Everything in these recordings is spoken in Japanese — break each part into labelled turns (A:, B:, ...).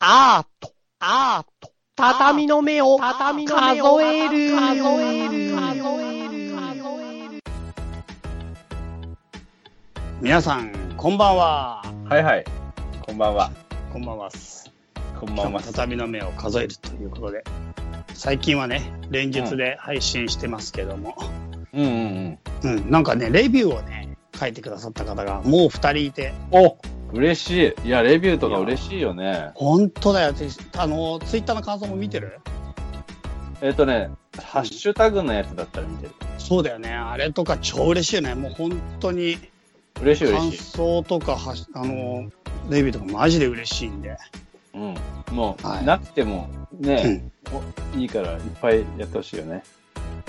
A: アート、アート、畳の目を、畳の目を数える、数える、数える。
B: 皆さん、こんばんは。
C: はいはい。こんばんは。
B: こんばんはっす。
C: こん
B: 今
C: ば
B: 日
C: ん
B: も。
C: は
B: 畳の目を数えるということで、最近はね、連日で配信してますけども、
C: うんうんうん。
B: うん、なんかね、レビューをね、書いてくださった方がもう2人いて、
C: お嬉しい。いや、レビューとか嬉しいよね。
B: 本当だよ、てあの、ツイッターの感想も見てる
C: えっ、とね、ハッシュタグのやつだったら見てる。
B: そうだよね、あれとか超嬉しいよね、もう本当に
C: 嬉しい
B: 感
C: 嬉しい。
B: 想とかはし、あの、レビューとかマジで嬉しいんで、
C: うん。もう、
B: はい
C: なくても
B: う
C: ね、
B: ん
C: おいいからいっぱいやってほしいよね。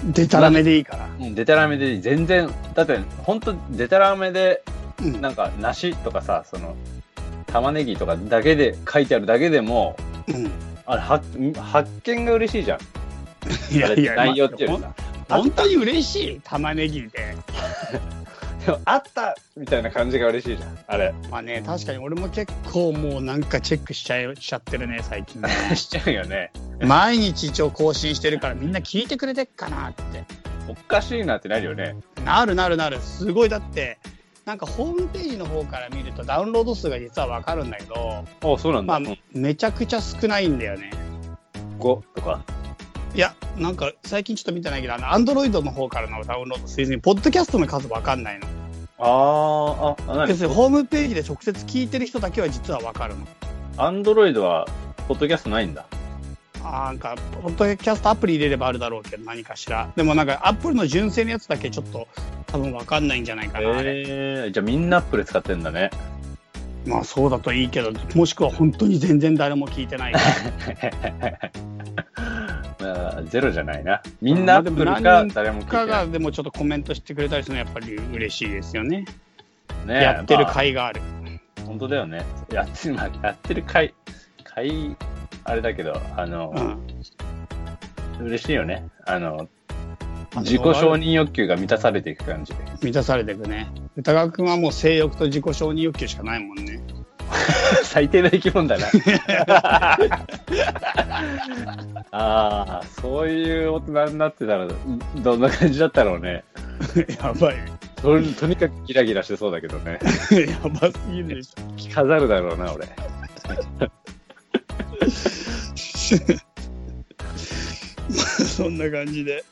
B: でたらめでいいから。
C: うん、でたらめでいい全然、だって、ほんと、でたらめで、
B: うん
C: なんか、梨とかさ、その、玉ねぎとかだけで、書いてあるだけでも、
B: うん
C: あれ、発発見が嬉しいじゃん。
B: いやいや、
C: あれ内容っていうよりさ。
B: ほん本当に嬉しい、玉ねぎで。
C: でも あったみたいな感じが嬉しいじゃん、あれ。
B: まあね、確かに俺も結構もうなんかチェックしちゃいしちゃってるね、最 近。
C: しちゃうよね。
B: 毎日一応更新してるからみんな聞いてくれてっかなって。
C: おかしいなってなるよね。
B: なるなるなる、すごいだって、なんかホームページの方から見るとダウンロード数が実はわかるんだけど、
C: あそうなん
B: ま
C: だ。
B: あ
C: うん、
B: めちゃくちゃ少ないんだよね。
C: 5とか。
B: いや、なんか最近ちょっと見てないけど、あの、アンドロイドの方からのダウンロード、水準、ポッドキャストの数わかんないの。
C: あー、あ、あ
B: 要
C: 何
B: するにホームページで直接聞いてる人だけは実はわかるの。
C: アンドロイドは、ポッドキャストないんだ。
B: あーなんか、ポッドキャストアプリ入れればあるだろうけど、何かしら。でもなんか、アップルの純正のやつだけちょっと、多分わかんないんじゃないかな、あれ。
C: えー、じゃあみんなアップル使ってんだね。
B: まあそうだといいけど、もしくは本当に全然誰も聞いてない から。
C: まあ、ゼロじゃないな。みんなアップルか、誰も聞い
B: 他
C: てな
B: が
C: い
B: でもちょっとコメントしてくれたりするのはやっぱり嬉しいですよね。
C: ね。
B: やってる
C: まあ
B: 甲斐がある。
C: 本当だよね。やってる、まあ、やってる回、回、あれだけど、あの、
B: うん。
C: 嬉しいよね。あの、
B: あ
C: 自己承認欲求が満たされていく感じ。
B: 満たされていくね。歌川くんはもう性欲と自己承認欲求しかないもんね。
C: 最低な生き物 だな。ああ、そういう大人になってたら、どんな感じだったろうね。
B: やばい。
C: ととにかくギラギラしてそうだけどね。
B: やばすぎるでしょ。
C: 着飾るだろうな、俺。
B: そんな感じで、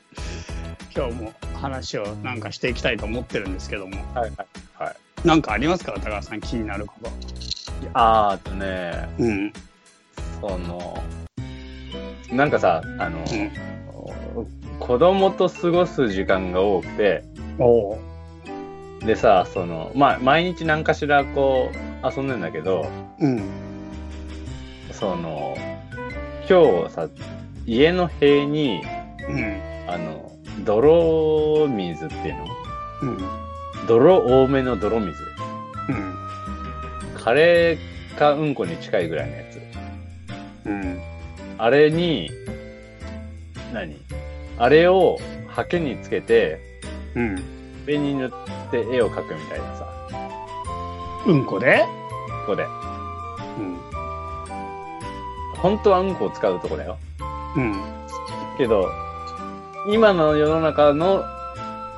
B: 今日も話をなんかしていきたいと思ってるんですけども。
C: はいはいはい。
B: なんかありますか高橋さん気になること。
C: あーあとね、
B: うん。
C: その、なんかさ、あの、
B: うん
C: 子供と過ごす時間が多くて、
B: おお。
C: でさ、その、まあ、毎日何かしらこう、遊んでんだけど、
B: うん。
C: その、今日さ、家の塀に、
B: うん。
C: あの、泥水っていうの
B: うん。
C: 泥多めの泥水。
B: うん。
C: カレーかうんこに近いぐらいのやつ。
B: うん。
C: あれに、何あれを刷毛につけて、
B: うん。
C: 上に塗って絵を描くみたいなさ、
B: うんこで
C: ここで。
B: うん。
C: 本当はうんこを使うとこだよ。
B: うん。
C: けど、今の世の中の、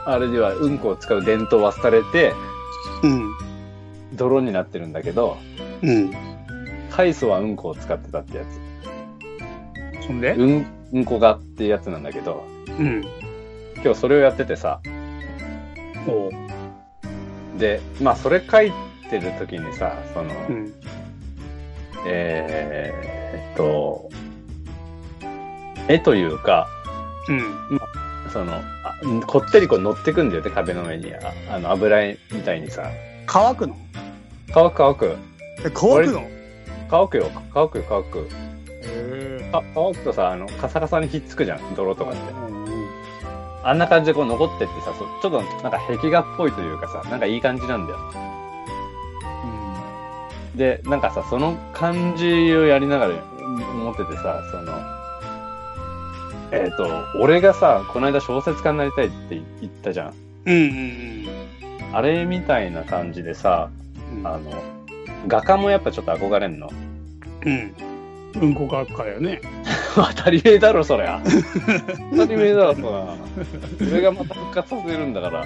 C: あれではうんこを使う伝統は廃れて、
B: うん。
C: 泥になってるんだけど、
B: うん。
C: 海藻はうんこを使ってたってやつ。
B: そんで
C: うん、うんこがってやつなんだけど、
B: うん。
C: 今日それをやっててさ、
B: おう。
C: で、まあそれ書いてる時にさ、その、
B: うん。
C: えーっと、絵というか、
B: うん。
C: その、あこってりこう乗ってくんだよね、壁の上に。ああの、油絵みたいにさ。
B: 乾くの
C: 乾く乾く。
B: え乾くの
C: 乾くよ、乾くよ乾く。
B: へ
C: か乾くとさ、あの、カサカサにひっつくじゃん、泥とかって。
B: え。
C: あんな感じでこう残ってってさ、そうちょっとなんか壁画っぽいというかさ、なんかいい感じなんだよ。で、なんかさ、その感じをやりながら思っててさ、その、えっ、と、俺がさ、この間小説家になりたいって言ったじゃん。
B: うん。うん。
C: あれみたいな感じでさ、
B: うん。
C: あの、画家もやっぱちょっと憧れんの。
B: うん。うんこ学科だよね。
C: 当たり前だろ、そ りゃ。当たり前だろ、そりゃ。それがまた復活させるんだから。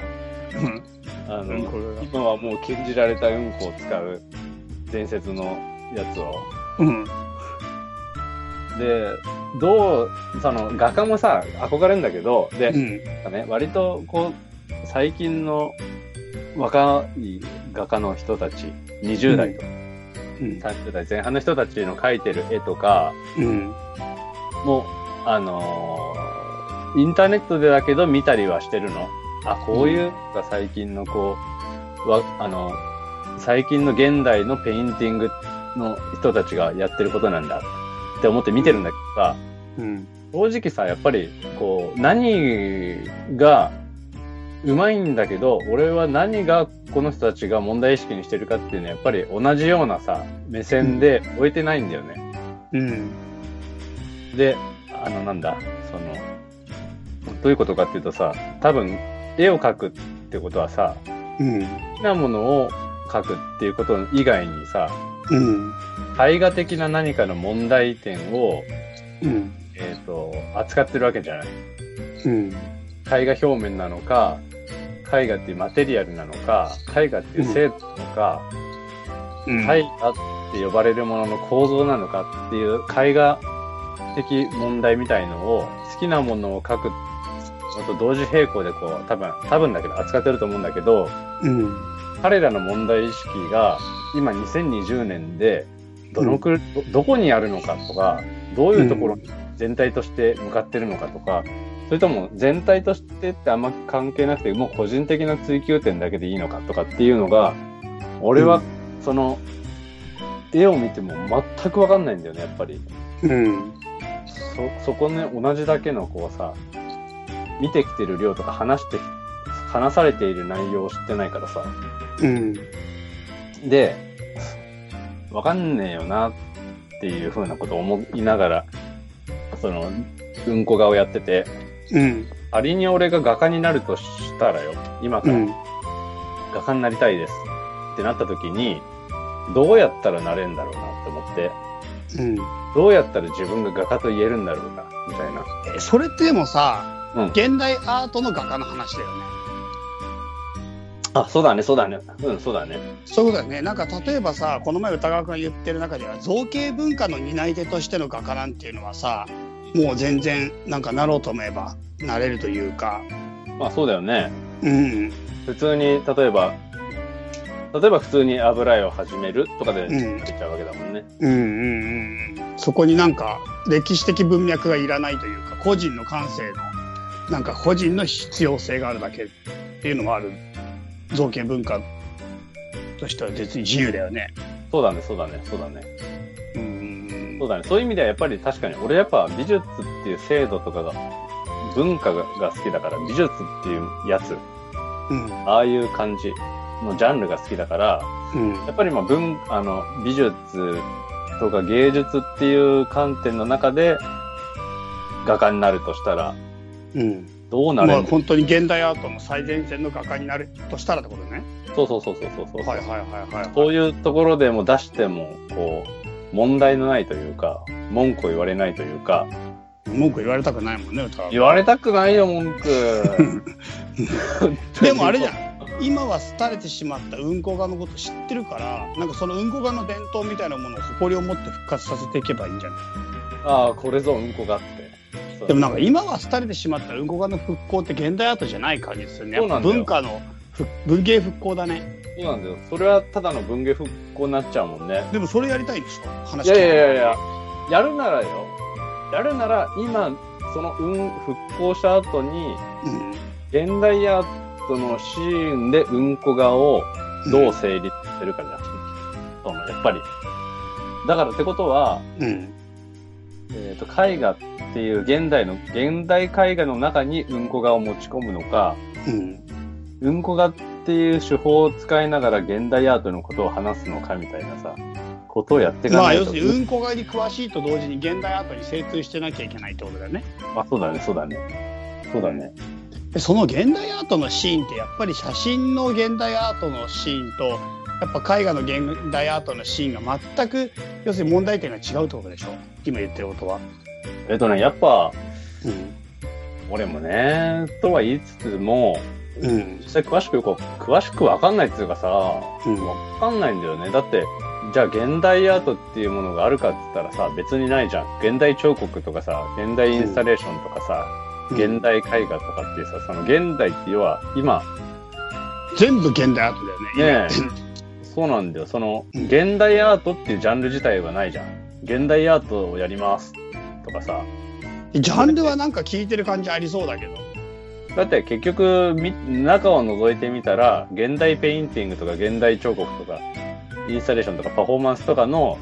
C: あ
B: うん
C: の、
B: こが。
C: 今はもう禁じられたうんこを使う伝説のやつを。
B: うん。
C: で、どう、その、画家もさ、憧れんだけど、で、
B: うん。
C: なんかね、割とこう最近の若い画家の人たち20代とか
B: うん。
C: 30代前半の人たちの描いてる絵とか
B: うん。
C: もあのーインターネットでだけど見たりはしてるの。あこういうのが最近のこうわあの最近の現代のペインティングの人たちがやってることなんだって思って見てるんだけどさ、
B: うん。
C: 正直さやっぱりこう何がうまいんだけど俺は何がこの人たちが問題意識にしてるかっていうのはやっぱり同じようなさ目線で置いてないんだよね。
B: うん。
C: であのなんだそのどういうことかっていうとさ多分絵を描くってことはさ
B: うん。
C: 好きなものを描くっていうこと以外にさ
B: うん。
C: 絵画的な何かの問題点を、
B: うん。
C: えー、と扱ってるわけじゃない。
B: うん。
C: 絵画表面なのか絵画っていうマテリアルなのか絵画っていう制度なのか、
B: うん。
C: 絵。画って呼ばれるものの構造なのかっていう絵画的問題みたいのを好きなものを描くのと同時並行でこう多分多分だけど扱ってると思うんだけど
B: うん。
C: 彼らの問題意識が今2020年でどのくらいどどこにあるのかとかどういうところに全体として向かってるのかとか、それとも全体としてってあんま関係なくてもう個人的な追求点だけでいいのかとかっていうのが俺はその絵を見ても全く分かんないんだよねやっぱり
B: うん。
C: そそこね同じだけのこうさ見てきてる量とか話してき話されている内容を知ってないからさ
B: うん。
C: で、わかんねえよなっていうふうなことを思いながら、その、うんこ顔やってて、
B: うん。
C: 仮に俺が画家になるとしたらよ、今
B: う
C: から
B: ん。
C: 画家になりたいですってなった時に、どうやったらなれんだろうなって思って、
B: うん。
C: どうやったら自分が画家と言えるんだろうか、みたいな。
B: えそれってでもさ、
C: うん
B: 現代アートの画家の話だよね。
C: あ、そうだね、そうだね。うん、そうだね。
B: そういうことだよね。なんか例えばさ、この前歌川君が言ってる中では、造形文化の担い手としての画家なんていうのはさ、もう全然なんかなろうと思えばなれるというか、
C: まあそうだよね。
B: うん、
C: 普通に、例えば、例えば普通に油絵を始めるとかで
B: うん
C: できちゃうわけだもんね。
B: うん、うん、うん。そこになんか歴史的文脈がいらないというか、個人の感性の、なんか個人の必要性があるだけっていうのもある。造形文化としては別に自由だよね。
C: そうだね、そうだね、そうだね。
B: うん
C: そう、だね。そういう意味ではやっぱり確かに、俺やっぱ美術っていう制度とかが、文化がが好きだから、美術っていうやつ、
B: うん、
C: ああいう感じのジャンルが好きだから、
B: うん、
C: やっぱりまあ文、あの、美術とか芸術っていう観点の中で、画家になるとしたら、
B: うん。
C: どうな
B: ま
C: れ
B: あ
C: る
B: 本当に現代アートの最前線の画家になるとしたらってことね。
C: そうそうそうそうそうそう。
B: はいはいはいはい。
C: そういうところでも出しても、こう、問題のないというか、文句を言われないというか、
B: 文句言われたくないもんね、歌は
C: 言われたくないよ、文句。
B: でもあれじゃん。今は廃れてしまった運行側のこと知ってるから、なんかその運行側の伝統みたいなものを誇りを持って復活させていけばいいんじゃない
C: ああ、これぞうんこがあって。そう
B: でもなんか今は廃れてしまった運行側の復興って現代アートじゃない感じですよね。やっぱ
C: そうな
B: 文
C: んだ
B: 化の復文芸復興だね。
C: そうなんだよ。それはただの文芸復興になっちゃうもんね。
B: でもそれやりたいんでしょ話
C: いやいやいやいや、やるならよ。やるなら、今、そのうん、復興した後に、
B: うん
C: 現代アートのシーンでうんこ画をどう成立してるかじゃん。その、やっぱり。だからってことは、
B: うん。
C: えっ、と、絵画っていう現代の、現代絵画の中にうんこ画を持ち込むのか、
B: うん。
C: うんこ画っていう手法を使いながら現代アートのことを話すのかみたいなさ、ことをやっていか
B: ま
C: な
B: あ
C: い
B: 要
C: と。
B: するに運行側に詳しいと同時に現代アートに精通してなきゃいけないってことだよね。
C: あ、そうだね、そうだね。そうだね。
B: でその現代アートのシーンってやっぱり写真の現代アートのシーンとやっぱ絵画の現代アートのシーンが全く要するに問題点が違うってことでしょ今言ってることは。
C: えっとね、やっぱ、
B: う
C: 俺もね、とは言いつつも、
B: んうん
C: 実際詳しくよく、詳しくわかんないっていうかさ、
B: うん
C: わかんないんだよね。だって、じゃあ現代アートっていうものがあるかって言ったらさ、別にないじゃん。現代彫刻とかさ、現代インスタレーションとかさ、現代絵画とかっていうさ、その現代って要は、今、
B: 全部現代アートだよね。
C: ねえ、そうなんだよ。その、
B: うん
C: 現代アートっていうジャンル自体はないじゃん。現代アートをやりますとかさ。
B: ジャンルはなんか聞いてる感じありそうだけど。
C: だって結局、み中を覗いてみたら、現代ペインティングとか現代彫刻とか、インスタレーションとかパフォーマンスとかの、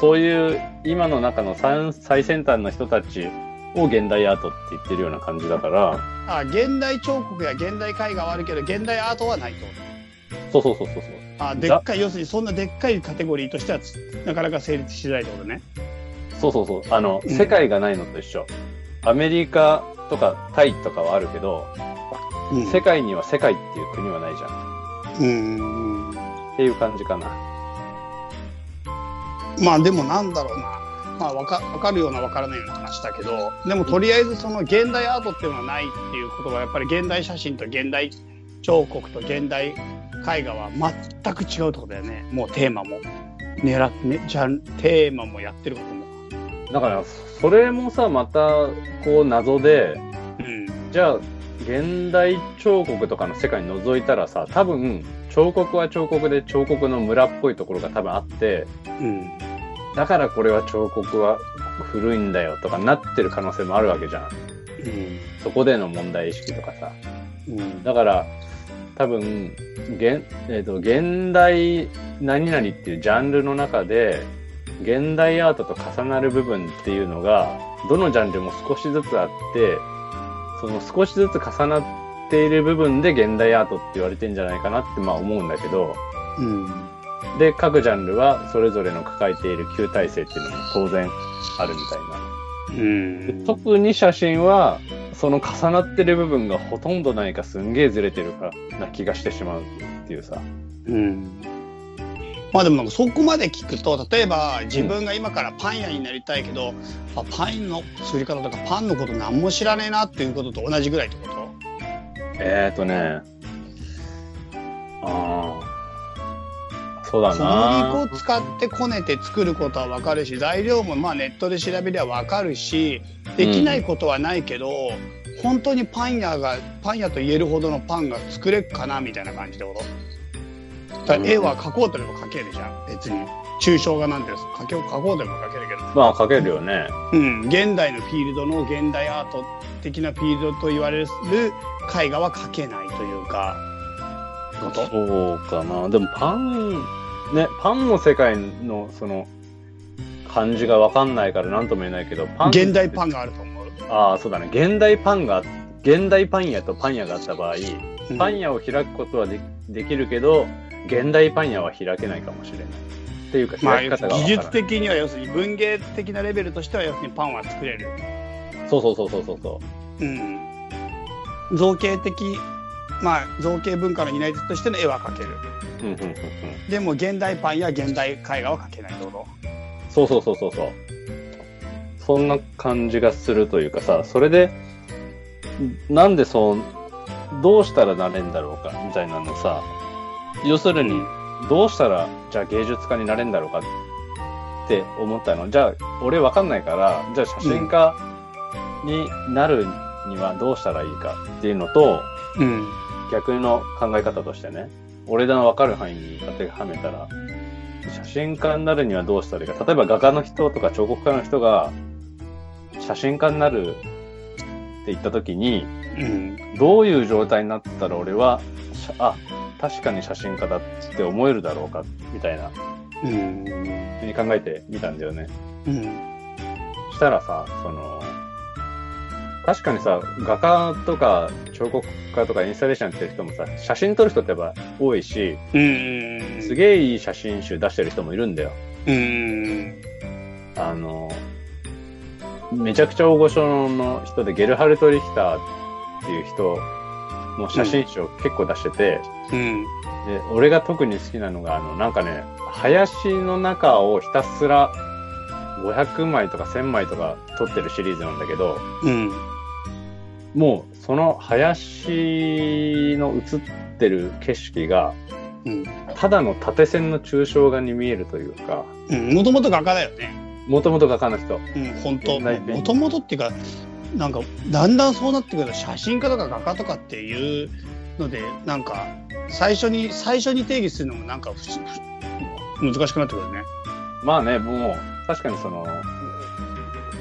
C: そういう今の中の最最先端の人たちを現代アートって言ってるような感じだから、
B: あ現代彫刻や現代絵画はあるけど現代アートはないってこと
C: そうそうそうそうそう。
B: あでっかい要するにそんなでっかいカテゴリーとしてはつなかなか成立しないってことね。
C: そうそうそう。あの、
B: うん
C: 世界がないのと一緒。アメリカとかタイとかはあるけど、
B: うん
C: 世界には世界っていう国はないじゃん。
B: うん
C: っていう感じかな。
B: まあでもなんだろうな、まあ、わかわかるようなわからないような話だけどでもとりあえずその現代アートっていうのはないっていうことはやっぱり現代写真と現代彫刻と現代絵画は全く違うとこだよねもうテーマも狙って、ね、じゃんテーマもやってることも。
C: だから、それもさ、また、こう、謎で、
B: うん
C: じゃあ、現代彫刻とかの世界に覗いたらさ、多分、彫刻は彫刻で彫刻の村っぽいところが多分あって、
B: うん
C: だからこれは彫刻は古いんだよとかなってる可能性もあるわけじゃん。そこでの問題意識とかさ。
B: うんうん
C: だから、多分、現、えっ、と、現代何々っていうジャンルの中で、現代アートと重なる部分っていうのが、どのジャンルも少しずつあって、その少しずつ重なっている部分で現代アートって言われてんじゃないかなって、まあ思うんだけど、
B: うん
C: で、各ジャンルはそれぞれの抱えている旧体制っていうのも当然あるみたいな。
B: うん
C: 特に写真はその重なってる部分がほとんどないかすんげえずれてるかな気がしてしまうっていうさ
B: うんまあでもなんかそこまで聞くと例えば自分が今からパン屋になりたいけど、あパンの作り方とかパンのこと何も知らねえなっていうことと同じぐらいってこと
C: えっ、ー、とねああそうだ
B: 小麦粉
C: な
B: を使ってこねて作ることは分かるし材料もまあネットで調べりゃ分かるしできないことはないけど、本当にパン屋がパン屋と言えるほどのパンが作れっかなみたいな感じってことだから絵は描こうとでも描けるじゃん別に抽象画なんて描け描こうとでも描けるけど
C: まあ書けるよね
B: うん、現代のフィールドの現代アート的なフィールドと言われる絵画は描けないというかこと
C: そうかなでもパンねパンの世界のその感じがわかんないから何とも言えないけどパン
B: 現代パンがあると思う、
C: ああそうだね現代パンが現代パン屋とパン屋があった場合
B: うん
C: パン屋を開くことはでできるけど、現代パン屋は開けないかもしれない。っていうか、
B: まあ、
C: 開き方がわからない
B: 技術的には要するに文芸的なレベルとしては要するにパンは作れる、
C: そうそうそうそうそうそ
B: うん、造形的まあ造形文化の担い手としての絵は描ける
C: う。うんうんうんうん。
B: でも現代パンや現代絵画は描けないってこ
C: そうそうそうそうそう。そんな感じがするというかさ、それで、なんでそう、どうしたらなれんだろうか、みたいなのさ、要するに、どうしたら、じゃあ芸術家になれんだろうかって思ったの。じゃあ、俺わかんないから、じゃあ写真家になるにはどうしたらいいかっていうのと、
B: とうん
C: 逆の考え方としてね、俺らの分かる範囲に当てはめたら、写真家になるにはどうしたらいいか。例えば画家の人とか彫刻家の人が、写真家になるって言った時に、
B: うん
C: どういう状態になったら俺は、しゃあ、確かに写真家だって思えるだろうか、みたいな
B: うん
C: ふうに考えてみたんだよね。
B: うん
C: したらさ、その、確かにさ、画家とか彫刻家とかインスタレーションやってる人もさ、写真撮る人ってやっぱ多いし、
B: うん
C: すげえいい写真集出してる人もいるんだよ。
B: うん
C: あの、めちゃくちゃ大御所の人で、ゲルハルト・リヒターっていう人もう写真集を結構出してて、
B: うん。
C: で俺が特に好きなのがあのなんかね林の中をひたすら500枚とか1000枚とか撮ってるシリーズなんだけど
B: うん。
C: もうその林の映ってる景色が
B: うん
C: ただの縦線の抽象画に見えるというか
B: うん。もともと画家だよね。
C: もともと画家の人
B: うん、本当。
C: 現代美
B: もともとっていうか、なんか、だんだんそうなってくると、写真家とか画家とかっていうので、なんか、最初に、最初に定義するのもなんか不思、不難しくなってくるね。
C: まあねもう確かにその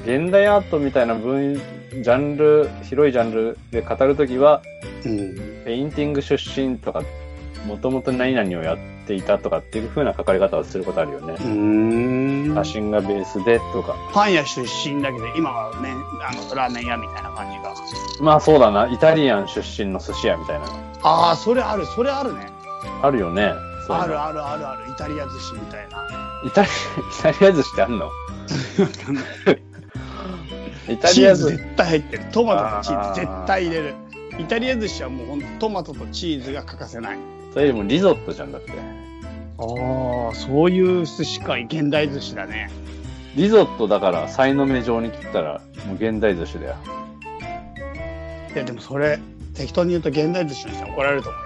C: 現代アートみたいな分ジャンル広いジャンルで語るときは
B: うん。
C: ペインティング出身とか、もともと何々をやっていたとかっていう風な書かれ方をすることあるよね。
B: うん
C: 写真がベースでとか。
B: パン屋出身だけど、今はね、あの、ラーメン屋みたいな感じが。
C: まあそうだな、イタリアン出身の寿司屋みたいな。
B: ああ、それある、それあるね。
C: あるよね。そういう
B: あ
C: の
B: るあるあるある、イタリア寿司みたいな。
C: イタリア、イタリア寿司ってあるのイタリア
B: チーズ
C: 寿司。
B: 絶対入ってる。トマトとチーズ絶対入れる。イタリア寿司はもうほんとトマトとチーズが欠かせない。
C: それよりもリゾットじゃんだって。
B: ああ、そういう寿司界、現代寿司だね。
C: リゾットだから、さいの目状に切ったら、もう現代寿司だよ。
B: いや、でもそれ、適当に言うと現代寿司の人に怒られると思う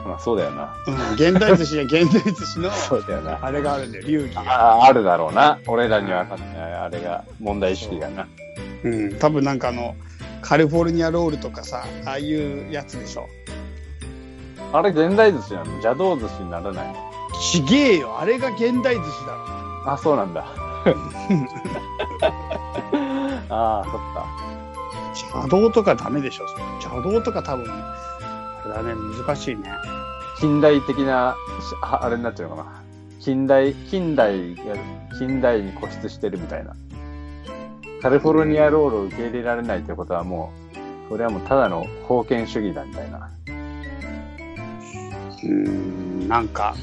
B: よ。
C: まあそうだよな。
B: うん、現代寿司や現代寿司 の、
C: そうだよな。
B: あれがあるんだよ、流儀
C: あ
B: が。
C: あ、あるだろうな。俺らには分かんない、あれが、問題意識がな。
B: うん、多分なんかあの、カリフォルニアロールとかさ、ああいうやつでしょ。
C: あれ現代寿司なの邪道寿司にならないの
B: ちげえよ、あれが現代寿司だろ。
C: あ、そうなん だ。ああ、そっか。
B: 邪道とかダメでしょ邪道とか多分あれだね難しいね
C: 近代的な、しああれになっちゃうのかな。近代、近代が、近代に固執してるみたいな。カリフォルニアロールを受け入れられないということはもう、これはもうただの封建主義だみたいな。
B: うーんなんか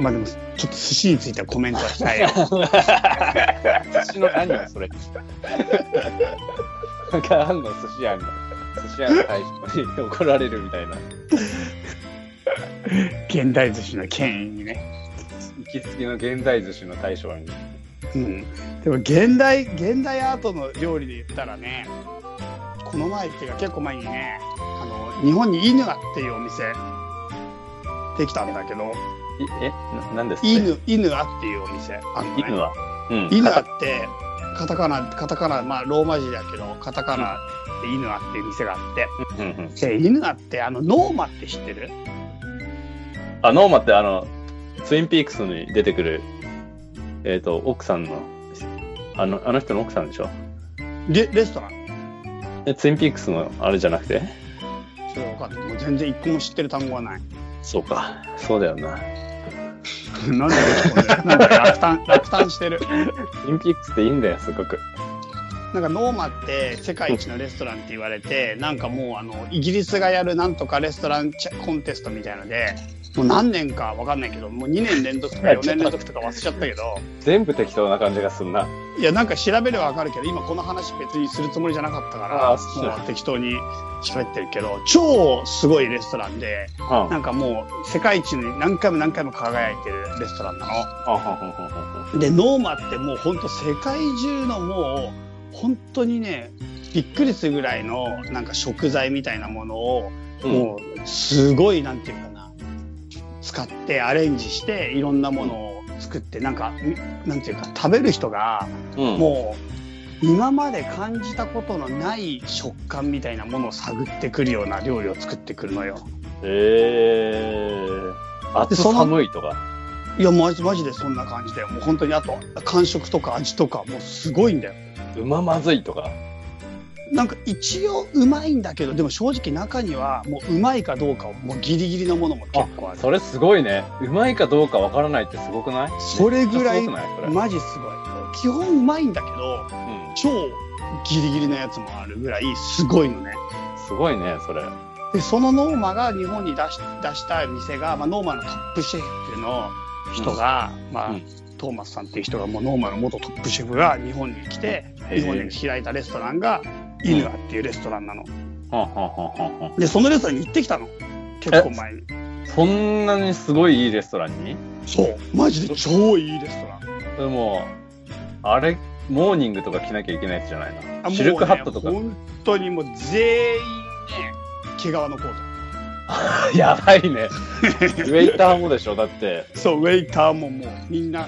B: まあでもちょっと寿司についてはコメントはした いよ
C: 私の何はそれ。 なんか、あんの寿司屋の、寿司屋の大将に怒られるみたいな。
B: 現代寿司の権威にね、
C: 行きつけの現代寿司の大将に。
B: うん、でも現代現代アートの料理で言ったらねこの前っていうか結構前にねあの日本にイヌアっていうお店できたんだけど
C: いえ、ななんですか
B: イヌイヌアっていうお店あんのね
C: 犬は。うん
B: イヌアってカタカナカタカナまあローマ字だけどカタカナでイヌアっていう店があって、
C: うんうん
B: でイヌアってあのノーマって知ってる
C: あ、ノーマってあの、ツインピークスに出てくる、えっ、と、奥さんの、あの、あの人の奥さんでしょ
B: レレストラン
C: えツインピークスのあれじゃなくて
B: それ分かんないもう全然一個も知ってる単語はない
C: そうか。そうだよな。
B: なんでこれなんか落胆 落胆してる
C: ツインピークスっていいんだよ、すごく。
B: なんかノーマって世界一のレストランって言われてなんかもうあのイギリスがやるなんとかレストランチェコンテストみたいのでもう何年か分かんないけどもう2年連続とか4年連続とか忘れちゃったけど
C: 全部適当な感じがすんな。
B: いやなんか調べればわかるけど今この話別にするつもりじゃなかったから
C: あーそう
B: もう適当に喋ってるけど超すごいレストランで
C: うん。はん
B: なんかもう世界一に何回も何回も輝いてるレストランな
C: はんはんはんはんはん
B: の。でノーマってもうほんと世界中のもう本当にねびっくりするぐらいのなんか食材みたいなものを
C: うん
B: もうすごいなんていうかな使ってアレンジしていろんなものを作ってなんかなんていうか食べる人が
C: うん。
B: もう今まで感じたことのない食感みたいなものを探ってくるような料理を作ってくるのよ。
C: えー。
B: で
C: 暑
B: その
C: 寒いとか。
B: いやマジマジでそんな感じだよ。もう本当にあと感触とか味とかもうすごいんだよ。
C: うままずいとか。
B: なんか一応うまいんだけどでも正直中にはもううまいかどうかをもうギリギリのものも結構ある。
C: それすごいね。うまいかどうかわからないってすごくない
B: それぐらい
C: めっちゃすごくないそれ
B: マジすごい。基本うまいんだけど
C: うん。
B: 超ギリギリのやつもあるぐらいすごいのね。
C: すごいね、それ。
B: でそのノーマが日本に出し出した店が、まあ、ノーマのトップシェフの人が、まあ
C: うん
B: トーマスさんっていう人がもうノーマの元トップシェフが日本に来て
C: へえ
B: 日本で開いたレストランがイヌアっていうレストランなの。
C: はあはあはあはあは
B: でそのレストランに行ってきたの結構前に
C: あそんなにすごいいいレストランに
B: そうマジで超いいレストラン
C: でもあれモーニングとか着なきゃいけないやつじゃない
B: あ
C: のシルクハットとか、
B: もうね本当にもう全員ね毛皮のコー
C: やばいねウェイターもでしょだって
B: トそうウェイターももうみんな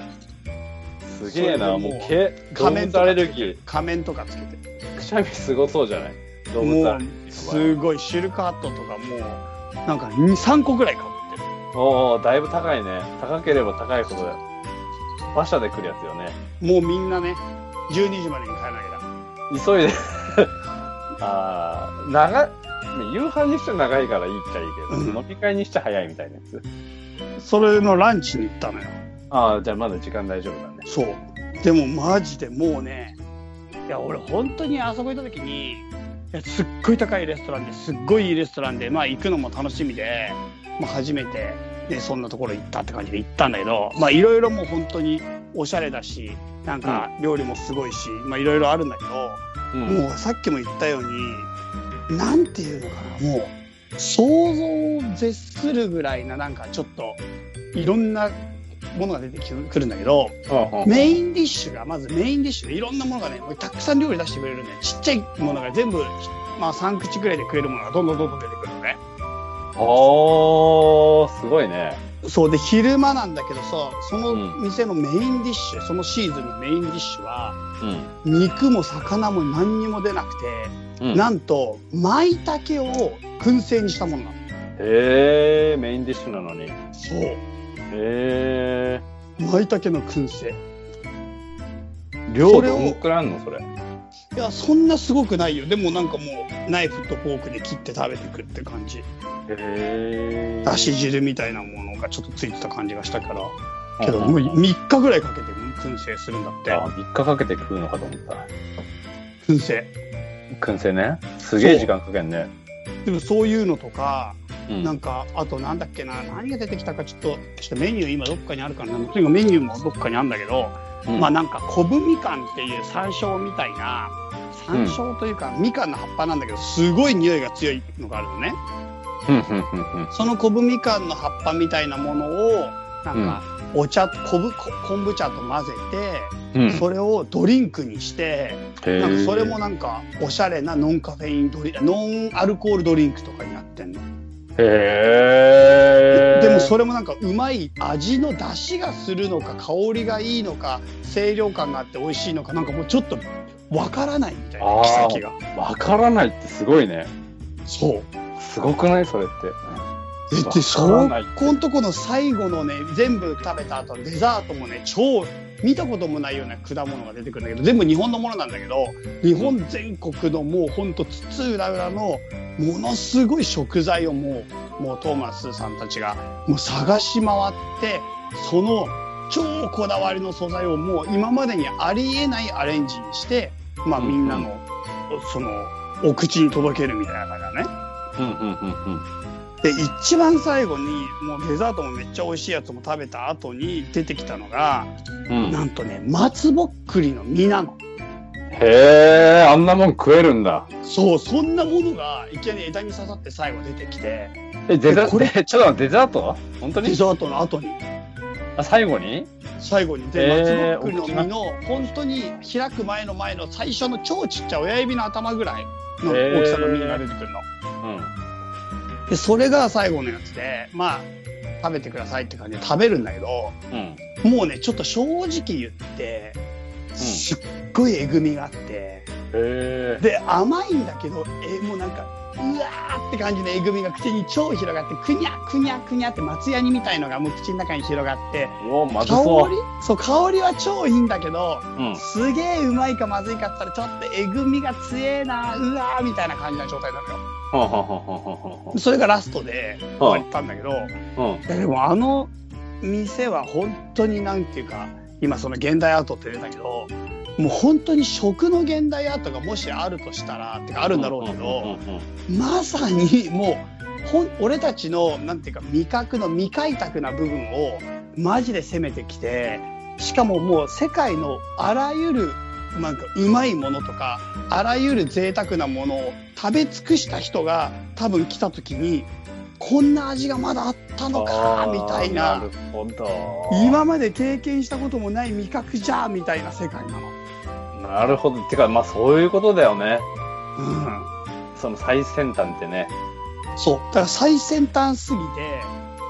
C: すげえなもう
B: そ
C: 毛動
B: 仮面と
C: 物ア
B: か
C: レ
B: つけ
C: ル
B: て
C: ギ
B: 仮面とかつけて
C: ーくしゃみすごそうじゃない動物
B: も
C: アレルギ
B: う
C: ー
B: すごいシルクハットとかもうなんか23個ぐらいかぶってる
C: おおだいぶ高いね高ければ高いほど馬車で来るやつよね
B: もうみんなね12時までに帰らなきゃだ
C: 急いで ああ長い夕飯にして長いからいいっちゃいいけ
B: うん
C: ど飲み会にして早いみたいなやつ
B: それのランチに行ったのよ
C: ああじゃあまだ時間大丈夫だね
B: そうでもマジでもうねいや俺本当にあそこ行った時にいやすっごい高いレストランですっごいいいレストランでまあ行くのも楽しみで、まあ、初めて、ね、そんなところ行ったって感じで行ったんだけどまあいろいろもう本当におしゃれだしなんか料理もすごいし、まあいろいろあるんだけど、
C: うん
B: もうさっきも言ったようになんていうのかなもう想像を絶するぐらいななんかちょっといろんなものが出てきくるんだけどメインディッシュがまずメインディッシュでいろんなものがねもうたくさん料理出してくれるねちっちゃいものが全部、まあ、3口ぐらいで食えるものがどんどんどんどん出てくるのね
C: おーすごいね
B: そうで昼間なんだけどさその
C: うん
B: 店のメインディッシュそのシーズンのメインディッシュは
C: うん
B: 肉も魚も何にも出なくて
C: うん
B: なんと舞茸を燻製にしたものなの
C: へえメインディッシュなのにへ
B: そう
C: え
B: 舞茸の燻製
C: 量
B: それを
C: どんくらいあんのそれ
B: いやそんなすごくないよでもなんかもうナイフとフォークで切って食べてくって感じ
C: へえ
B: だし汁みたいなものがちょっとついてた感じがしたからけど
C: うん
B: もう
C: うんうん
B: 3日ぐらいかけて燻製するんだって
C: あ3日かけて食うのかと思った
B: 燻製
C: 燻製ねすげえ時間かけんね
B: でもそういうのとか
C: うん
B: なんかあとなんだっけな何が出てきたかちょっとちょっとメニュー今どっかにあるかなとにかくメニューもどっかにあるんだけど
C: うん
B: まあなんか昆布みかんっていう山椒みたいな山椒というかみかんの葉っぱなんだけどすごい匂いが強いのがあるのね
C: うんうんうんうん
B: その昆布みかんの葉っぱみたいなものをなんかお茶昆布こ昆布茶と混ぜ
C: うん
B: てそれをドリンクにして
C: へー
B: なんかそれもなんかおしゃれなノンカフェインドリノンアルコールドリンクとかになってんの
C: へえ
B: でもそれもなんかうまい味の出汁がするのか香りがいいのか清涼感があって美味しいのかなんかもうちょっとわからないみたい
C: あ
B: な
C: ー
B: 奇跡が
C: わからないってすごいね
B: そう
C: すごくないそれって
B: え
C: わ
B: でそ
C: からないって
B: こんとこの最後のね全部食べた後のデザートもね超見たこともないような果物が出てくるんだけど全部日本のものなんだけど日本全国のもうほんと津々浦々のものすごい食材をもうもうトーマスさんたちがもう探し回ってその超こだわりの素材をもう今までにありえないアレンジにしてまあみんなのそのお口に届けるみたいな感じだね。
C: うんうんうんうん
B: で一番最後にもうデザートもめっちゃ美味しいやつも食べた後に出てきたのが
C: うん
B: なんとね松ぼっくりの実なの
C: へえあんなもん食えるんだ
B: そうそんなものがいきなり枝に刺さって最後出てきて
C: えデザ
B: えこれ
C: えちょっと待ってデザート本当
B: デ
C: に
B: ザートの後に
C: あ最後に
B: 最後にで
C: えー
B: 松ぼっくりの実の本当に開く前の前の最初の超ちっちゃい親指の頭ぐらいの大きさの実が出てくるの。
C: うん
B: でそれが最後のやつでまあ食べてくださいって感じで食べるんだけど。
C: うん
B: もうねちょっと正直言って、すっごいえぐみがあって
C: へえ
B: で甘いんだけどえもうなんかうわーって感じのえぐみが口に超広がってくにゃくにゃくにゃって松ヤニみたいのがもう口の中に広がって
C: うわま
B: 香
C: ずそう
B: りそう香りは超いいんだけど
C: うん
B: すげえうまいかまずいかって言ったらちょっとえぐみが強えなうわーみたいな感じな状態なのよ
C: はははは
B: それがラストで
C: はは
B: 終わったんだけど、
C: うんう
B: い
C: ん
B: やでもあの店は本当になんていうか今その現代アートって出たけどもう本当に食の現代アートがもしあるとしたらってかあるんだろうけど
C: うんうんうん
B: まさにもうほん俺たちのなんていうか味覚の未開拓な部分をマジで攻めてきてしかももう世界のあらゆるなんかうまいものとかあらゆる贅沢なものを食べ尽くした人が多分来た時にこんな味がまだあったの
D: あ
B: か
D: ー
B: みたい
D: な
B: な
D: るほど。
B: 今まで経験したこともない味覚じゃみたいな世界なの。
D: なるほど。てか、まあそういうことだよね。
B: うん
D: その最先端ってね。
B: そう。だから最先端すぎて、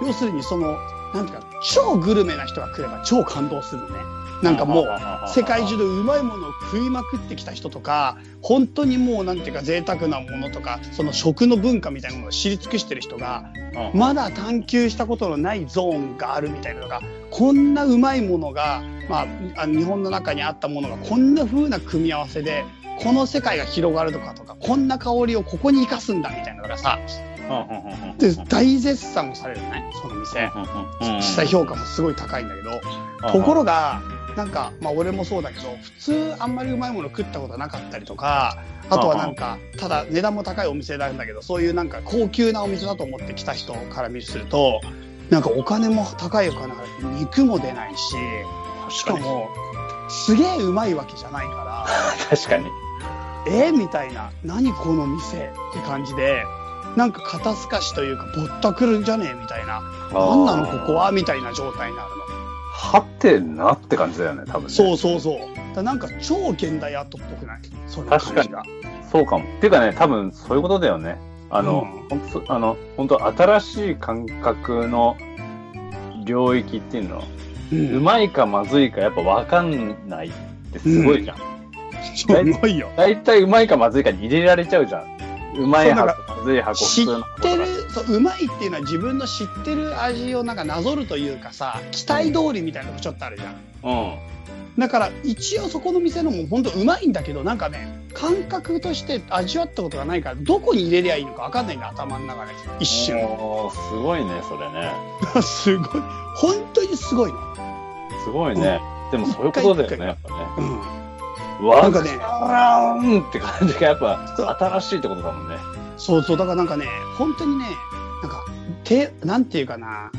B: 要するにその、なんていうか、超グルメな人が来れば超感動するのね。なんかもう、
D: う
B: 世界中でうまいものを食いまくってきた人とか、本当にもうなんていうか贅沢なものとか、その食の文化みたいなものを知り尽くしてる人が、
D: うん
B: まだ探求したことのないゾーンがあるみたいなのが、こんなうまいものが、まあ、あ日本の中にあったものがこんな風な組み合わせで、この世界が広がるとかとか、こんな香りをここに生かすんだみたいなのがさ、
D: うんうんうん
B: で大絶賛をされるのねその店
D: うんうん
B: 実際評価もすごい高いんだけどところがなんかまあ俺もそうだけど普通あんまりうまいもの食ったことなかったりとかあとはなんかただ値段も高いお店なんだけどそういうなんか高級なお店だと思って来た人から見するとなんかお金も高いお金払って肉も出ないししかもすげえうまいわけじゃないから。
D: 確かに。
B: えみたいな何この店って感じでなんか肩透かしというかぼったくるんじゃねえみたいな何なのここはみたいな状態になるの
D: はてなって感じだよね、多分ね。
B: そうそうそうだからなんか超現代アートっぽくないその感じが
D: そうかも。っていうかね、多分そういうことだよね。あの、
B: う
D: 本当あの、本当新しい感覚の領域っていうのは、
B: うん
D: うまいかまずいかやっぱ分かんないってすごいじゃん。
B: そううまいよ
D: 大体うまいかまずいかに入れられちゃうじゃん。うまい
B: そうだ
D: 箱、まずい箱、
B: 知っ
D: 普通の箱
B: てるそううまいっていうのは自分の知ってる味をなんかなぞるというかさ期待通りみたいなとこちょっとあるじゃん
D: う
B: だから一応そこの店のも本当うまいんだけどなんかね感覚として味わったことがないからどこに入れりゃいいのか分かんないんだ頭の中で一
D: ん。
B: 瞬
D: おーすごいね、それね。
B: すごい本当にすごいの、
D: すごいね。でもそういうことだよね、やっぱね。
B: うん、
D: わ
B: なんかね
D: からんって感じがやっぱ新しいってことだもんね。
B: そうそうだからなんかね本当にねなんかてなんていうかな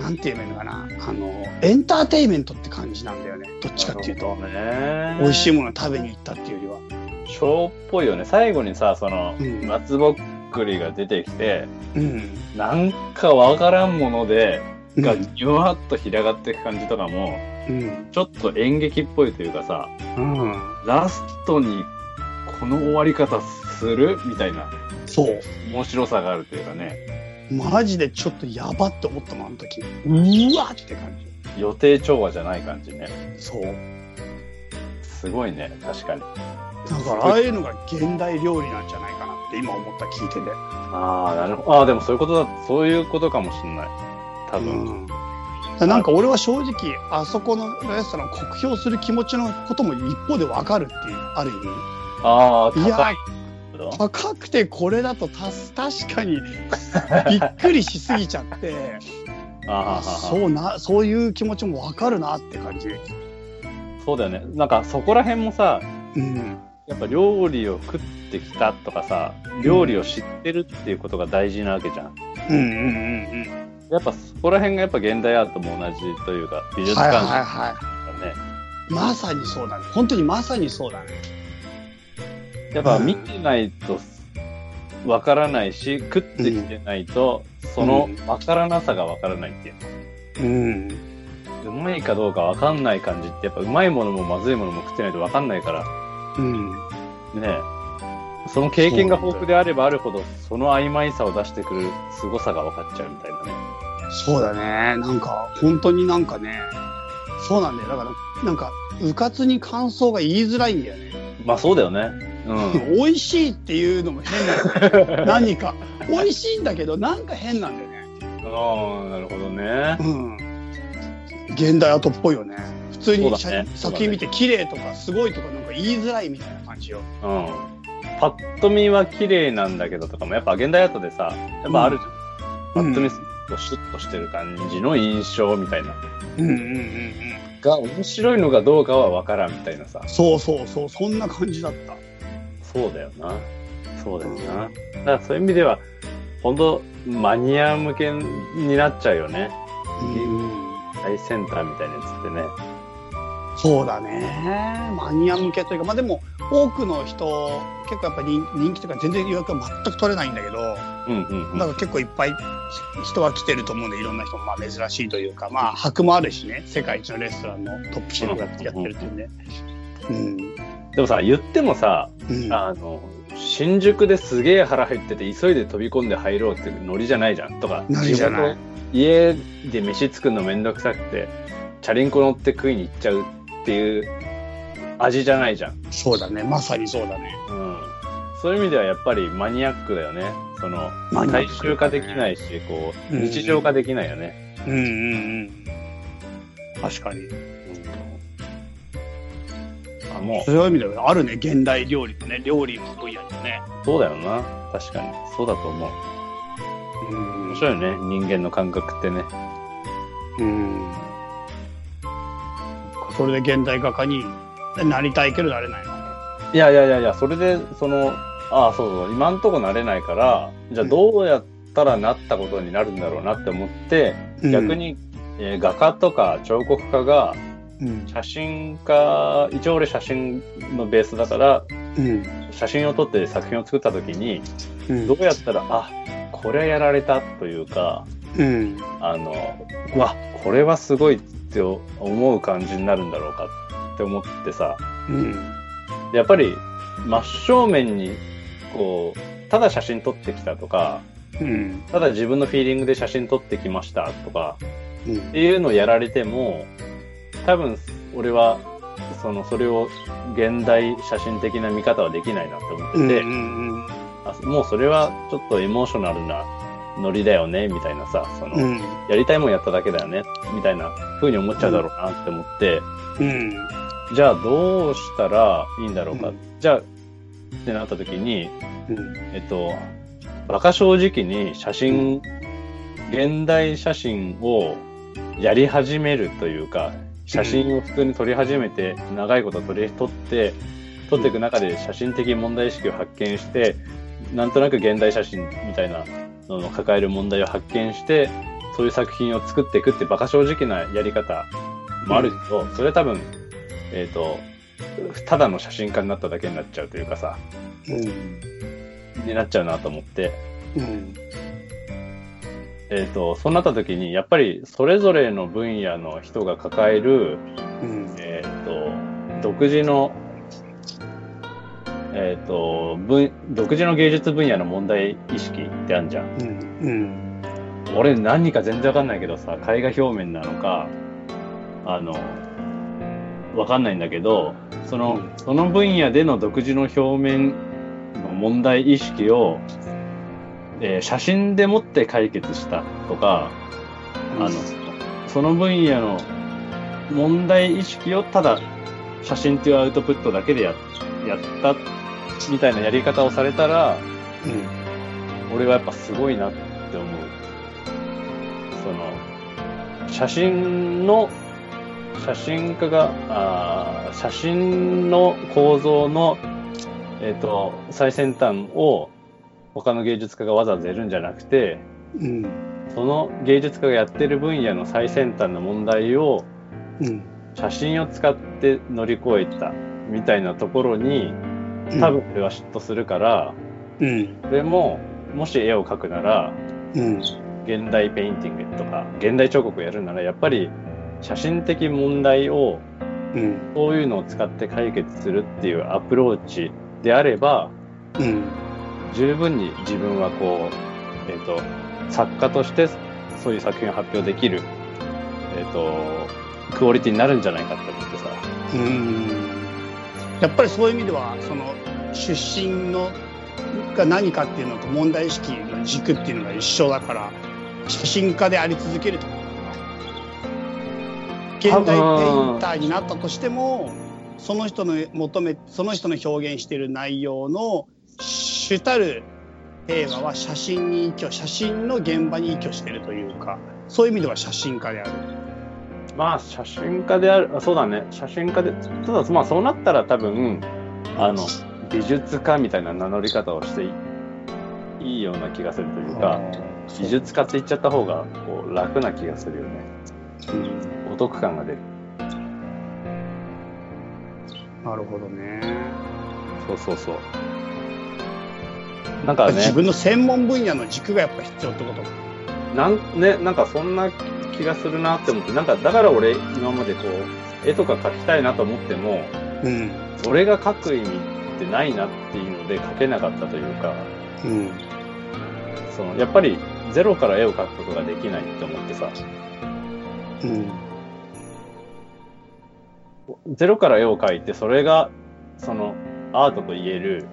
B: なんて言えばいいのかなあのエンターテインメントって感じなんだよねどっちかっていうと
D: ね
B: 美味しいものを食べに行ったっていうよりは
D: ショーっぽいよね。最後にさ、その、
B: うん
D: 松ぼっくりが出てきて、
B: うん
D: なんかわからんもので、
B: うん
D: がじわっと広がっていく感じとかも、
B: うん
D: ちょっと演劇っぽいというかさ、
B: うん
D: ラストにこの終わり方するみたいな
B: そう
D: 面白さがあるというかね、
B: マジでちょっとやばって思ったもんあの時うわって感じ
D: 予定調和じゃない感じね。
B: そう
D: すごいね、確かに。
B: だからああいうのが現代料理なんじゃないかなって今思った聞いてて
D: ああ、なるほど。ああ、でもそういうことだ、そういうことかもしんない。多
B: う
D: 分。
B: んなんか俺は正直あそこのレストランを酷評する気持ちのことも一方でわかるっていうある意味
D: ああ、
B: いや
D: 高い。
B: 高くてこれだとたす 確かにびっくりしすぎちゃ って
D: あ
B: あ
D: あ、そう
B: そうなそういう気持ちもわかるなって感じ、
D: そうだよね。なんかそこら辺もさ、
B: うん、
D: やっぱ料理を食ってきたとかさ、料理を知ってるっていうことが大事なわけじゃん。
B: うんうんうん
D: やっぱそこら辺がやっぱ現代アートも同じというか、美
B: うん
D: 術
B: はい
D: 館
B: はい
D: とかね。
B: はいまさにそうだね本当にまさにそうだね
D: やっぱ見てないとわからないし、食ってきてないと、そのわからなさがわからないっていう
B: うん
D: うまいかどうかわかんない感じって、やっぱうまいものもまずいものも食ってないとわかんないから、
B: うん
D: ねえその経験が豊富であればあるほど、その曖昧さを出してくる凄さが分かっちゃうみたいなね。
B: そうだね。なんか、本当になんかね、そうなんだよ。だから、なんか、うかつに感想が言いづらいんだよね。
D: まあそうだよね。うん。
B: 美味しいっていうのも変なんだ よね。何か。美味しいんだけど、なんか変なんだよね。
D: ああ、なるほどね。
B: うん。現代アートっぽいよね。普通に
D: そ
B: 写、
D: うだね
B: 作品見て、綺麗とかすごいとか、なんか言いづらいみたいな感じよ。
D: うん。パッと見は綺麗なんだけどとかも、やっぱ現代アートでさ、やっぱあるじゃん。
B: うん
D: パッと見するとシュッとしてる感じの印象みたいな。
B: うんうんうんうん。
D: が、面白いのかどうかは分からんみたいなさ。
B: そうそうそう、そんな感じだった。
D: そうだよな。そうだよな。だからそういう意味では、本当マニア向けになっちゃうよね。
B: うん。
D: 最先端みたいなやつってね。
B: そうだね。マニア向けというか、まあでも、多くの人、結構やっぱり人人気というか、全然予約は全く取れないんだけど、
C: うんうんうん
B: なんか結構いっぱい人は来てると思うんで、いろんな人もまあ珍しいというか、まあ、箔もあるしね、世界一のレストランのトップシェフがやってるっていうんで。うん。
C: でもさ言ってもさ
B: うん、
C: あの新宿ですげえ腹減ってて急いで飛び込んで入ろうっていうノリじゃないじゃんとか
B: ノリじゃない
C: 仕事家で飯作るのめんどくさくてチャリンコ乗って食いに行っちゃうっていう味じゃないじゃん、
B: そうだね。まさにそうだね。
C: うん、そういう意味ではやっぱりマニアックだよねその
B: マニアックだね
C: 大衆化できないしこう
B: うん
C: 日常化できないよね、
B: うんうんうん。確かに。
C: うんあも
B: そういう意味ではあるね、現代料理とね、料理の分野にね。
C: うそうだよな確かにそうだと思
B: う
C: う
B: ん
C: 面白いよね人間の感覚ってね
B: うん。それで現代画家になりたいけどなれないの。
C: いやいやいやいや、それで、その、ああ、そうそう、今んとこなれないから、じゃあどうやったらなったことになるんだろうなって思って、逆、に、えー画家とか彫刻家が、
B: うん。
C: 写真家、一応俺写真のベースだから、
B: うん。
C: 写真を撮って作品を作った時に、
B: うん
C: どうやったら、あ、これはやられたというか、
B: うん。
C: あの、うわ、これはすごいって思う感じになるんだろうかって思ってさ、
B: うん。
C: やっぱり真正面にこうただ写真撮ってきたとか
B: うん。
C: ただ自分のフィーリングで写真撮ってきましたとか
B: うん。
C: っていうのをやられても多分俺はそのそれを現代写真的な見方はできないなと思っ
B: う
C: て
B: ん。
C: て、
B: うん。
C: あもうそれはちょっとエモーショナルなノリだよねみたいなさその、
B: うん。
C: やりたいもんやっただけだよねみたいな風に思っちゃうだろうなって思って。
B: うん。
C: じゃあどうしたらいいんだろうか、
B: うん
C: じゃあってなった時にえっと馬鹿正直に写真、現代写真をやり始めるというか写真を普通に撮り始めて、長いこと撮り撮って撮っていく中で写真的問題意識を発見してなんとなく現代写真みたいなのの抱える問題を発見してそういう作品を作っていくって馬鹿正直なやり方もあるけど、それは多分えっ、とただの写真家になっただけになっちゃうというかさ
B: うん。
C: になっちゃうなと思って。
B: うん。
C: えー、とそうなった時にやっぱりそれぞれの分野の人が抱える、
B: うん。
C: えー、と独自の、えー、と分独自の芸術分野の問題意識ってあるじゃん。
B: うん。
C: 俺何か全然わかんないけどさ絵画表面なのかあのわかんないんだけどそのその分野での独自の表面の問題意識を、えー写真でもって解決したとか。あの、その分野の問題意識をただ写真っていうアウトプットだけでややったみたいなやり方をされたら、俺はやっぱすごいなって思う。その、写真の、写真家が、あー写真の構造の、えっ、と、最先端を他の芸術家がわざわざやるんじゃなくて、
B: うん。
C: その芸術家がやってる分野の最先端の問題を
B: うん。
C: 写真を使って乗り越えたみたいなところに多分。俺は嫉妬するから、
B: うん。
C: それももし絵を描くなら
B: うん。
C: 現代ペインティングとか現代彫刻をやるならやっぱり写真的問題を
B: うん。
C: そういうのを使って解決するっていうアプローチであれば
B: うん。
C: 十分に自分はこう、えっと作家としてそういう作品を発表できる、えっとクオリティになるんじゃないかって思ってさ
B: うんやっぱりそういう意味ではその出身のが何かっていうのと問題意識の軸っていうのが一緒だから写真家であり続けると現代ペインターになったとしてもその人の求めその人の表現している内容の主たるテーマは写真に依拠写真の現場に依拠しているというかそういう意味では写真家である。
C: まあ写真家であるあそうだね写真家でただまあそうなったら多分あの美術家みたいな名乗り方をしていいいような気がするというか美術家って言っちゃった方がこう楽な気がするよねお得感が出る
B: なるほどね。
D: そうそうそう。なんかね
B: 自、分の専門分野の軸がやっぱ必要ってことか。
D: なんねなんかそんな気がするなって思って、なんかだから俺今までこう、絵とか描きたいなと思っても、
B: うん。
D: それが描く意味ってないなっていうので描けなかったというか、
B: うん。
D: そのやっぱりゼロから絵を描くことができないって思ってさ、
B: うん。
D: ゼロから絵を描いてそれがそのアートと言える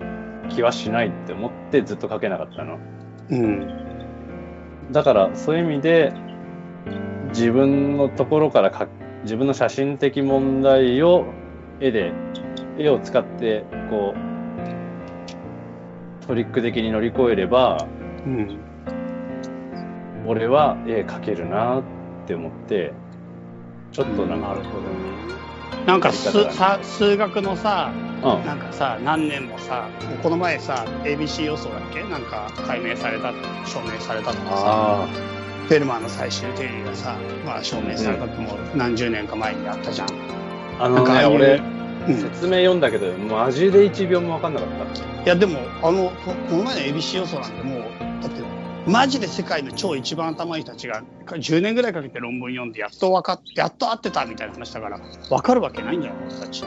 D: 気はしないって思ってずっと描けなかったの。
B: うん。
D: だからそういう意味で自分のところからか自分の写真的問題を絵で絵を使ってこうトリック的に乗り越えれば
B: うん。
D: 俺は絵描けるなって思ってちょっとなんか、
B: ほどね。なんか
D: やり方
B: 数
D: がね
B: さ数学のさ、
D: うん
B: なんかさ、何年もさ、この前さ、ABC 予想だっけなんか解明された、証明されたとかさ、
D: あ
B: フェルマーの最終定理がさ、まあ証明されたってもう何十年か前にあったじゃん。
D: ああの
B: なん
D: ね
B: かああいう
D: 俺
B: うん。
D: 説明読んだけどマジで1秒も分かんなかった
B: いやでもあのここの前の ABC 予想なんてもうだってマジで世界の超一番頭いい人たちがか10年ぐらいかけて論文読んでやっと分かっやっと合ってたみたいな話だから分かるわけないんだよ俺たち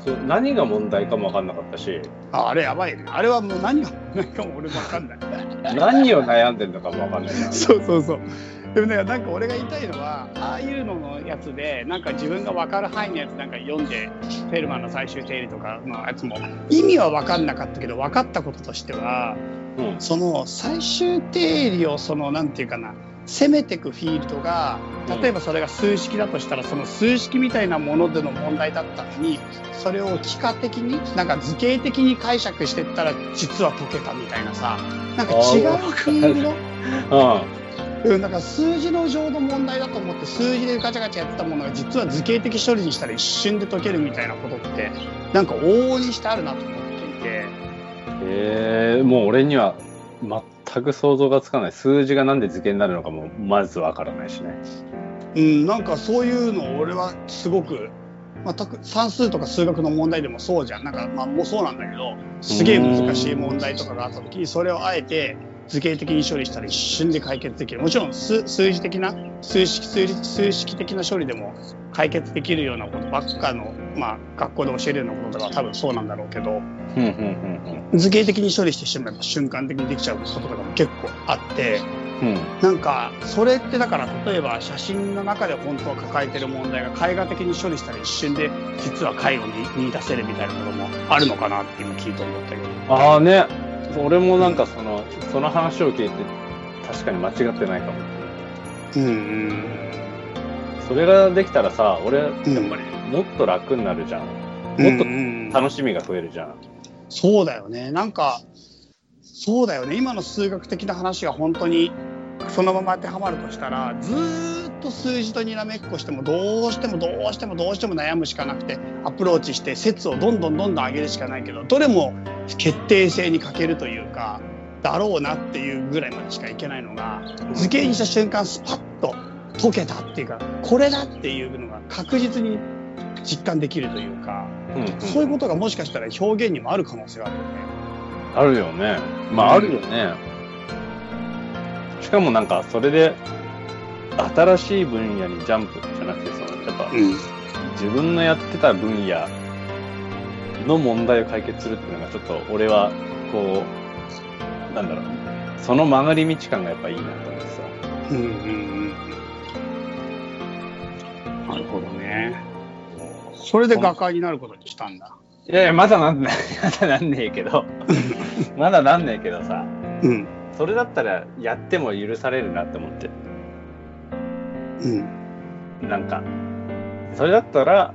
D: そう何が問題かも分かんなかったし
B: ああれやばいねあれはもう何を何かも俺分かんない
D: 何を悩んでるのかも分かんない な
B: そうそうそうでもねなんか俺が言いたいのはああいうののやつでなんか自分が分かる範囲のやつなんか読んでフェルマーの最終定理とかのやつも意味は分かんなかったけど分かったこととしては
D: うん
B: その最終定理をそのなんていうかな攻めていくフィールドが例えばそれが数式だとしたらその数式みたいなものでの問題だったのにそれを幾何的になんか図形的に解釈してったら実は解けたみたいなさなんか違う
D: あー
B: フィールド
D: うん
B: うん、なんか数字の上の問題だと思って数字でガチャガチャやってたものが実は図形的処理にしたら一瞬で解けるみたいなことってなんか往々にしてあるなと思っていて
D: えー、もう俺には全く想像がつかない数字がなんで図形になるのかもまずわからないしね
B: うん、なんかそういうのを俺はすごく、まあ、たく算数とか数学の問題でもそうじゃんなんか、まあ、もうそうなんだけどすげえ難しい問題とかがあった時にそれをあえて図形的に処理したら一瞬で解決できるもちろん数数字的な数式数理数式的な処理でも解決できるようなことばっかの、まあ、学校で教えるようなこととかは多分そうなんだろうけど
D: うんうん
B: 図形的に処理してしまえば瞬間的にできちゃうこととかも結構あって。
D: うんうん
B: なんかそれってだから例えば写真の中で本当は抱えてる問題が絵画的に処理したら一瞬で実は絵画に見出せるみたいなこともあるのかなって今聞いて思ったけど
D: ああね俺もなんかそのその話を聞いて確かに間違ってないかも
B: うんうん
D: それができたらさ俺や
B: う
D: っ
B: ん
D: ぱりもっと楽になるじゃん、
B: も
D: も
B: っ
D: っ
B: と、
D: と
B: 楽
D: 楽しみが増えるじゃん
B: そうだよねなんかそうだよね今の数学的な話が本当にそのまま当てはまるとしたらずーっと数字とにらめっこしてもどうしてもどうしてもどうしても悩むしかなくてアプローチして説をどんどんどんどん上げるしかないけどどれも決定性に欠けるというかだろうなっていうぐらいまでしかいけないのが図形にした瞬間スパッと解けたっていうかこれだっていうのが確実に実感できるというか。
D: うんうん
B: そういうことがもしかしたら表現にもある可能性があるよね。
D: あるよね。まあ、あるよね。しかもなんか、それで、新しい分野にジャンプじゃなくて、その、やっぱ、自分のやってた分野の問題を解決するっていうのが、ちょっと、俺は、こう、なんだろう、その曲がり道感がやっぱいいなと思ってさ。
B: うんうんうんなるほどね。それで画家になることにしたんだ。
D: いやいや、 まだなん、まだなんねえけ ど、まだなんねえけどさ、
B: うん。
D: それだったらやっても許されるなって思って。
B: うん。
D: なんか、それだったら、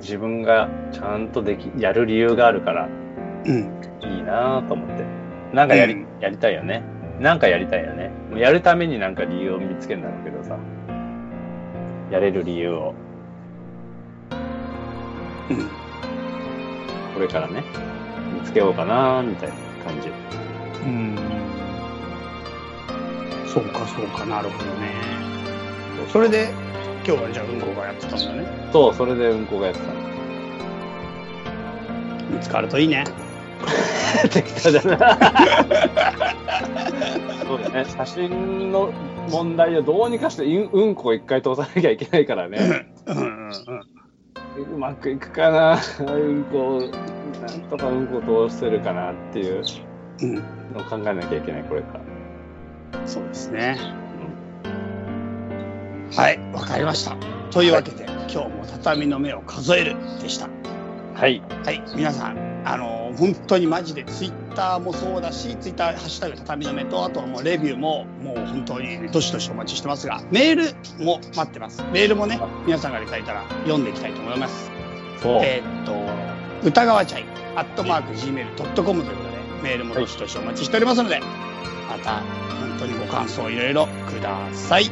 D: 自分がちゃんとでき、やる理由があるから、
B: うん。
D: いいなぁと思って。なんかやり、
B: うん
D: やりたいよね。なんかやりたいよね。もうやるためになんか理由を見つけるんだろうけどさ。やれる理由を、
B: うん。
D: これからね、見つけようかなぁみたいな感じ。
B: うん。そうかそうかなるほどね。それで今日はじゃあうんこがやってたんだね。
D: そう、それでうんこがやってたの。
B: 見つかるといいね。
C: 適当だな。そうだね。写真の問題をどうにかしてうんうんこを一回通さなきゃいけないからね。
B: うんうんうん。
C: うまくいくかな。うんこを、なんとかうんこを通せるかなっていう
B: うん、
C: のを考えなきゃいけない、これから。
B: そうですね。はい、わかりました。というわけで、今日も畳の目を数えるでした。
C: はい。
B: はい、皆さん、あの本当にマジでツイッターもそうだし、ツイッターハッシュタグ畳の目とあとはもうレビューももう本当にどしどしお待ちしてますが、メールも待ってます。メールもね、皆さんからいただいたら読んでいきたいと思います。
C: そう。
B: えーっと歌川チャイアットマーク Gmail.com ということでメールもどしどしお待ちしておりますので、また本当にご感想いろいろください。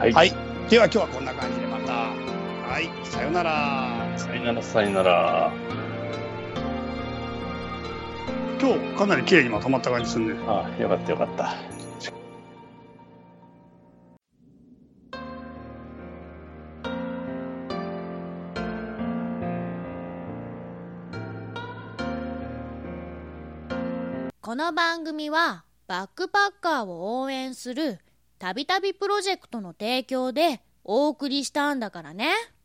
C: はい
B: はい、では今日はこんな感じでまたはいさようなら。
C: さよなら、さよなら。
B: 今日かなり綺麗にまとまった感じするね。
C: ああ、よかった、よかった。
E: この番組はバックパッカーを応援するたびたびプロジェクトの提供でお送りしたんだからね。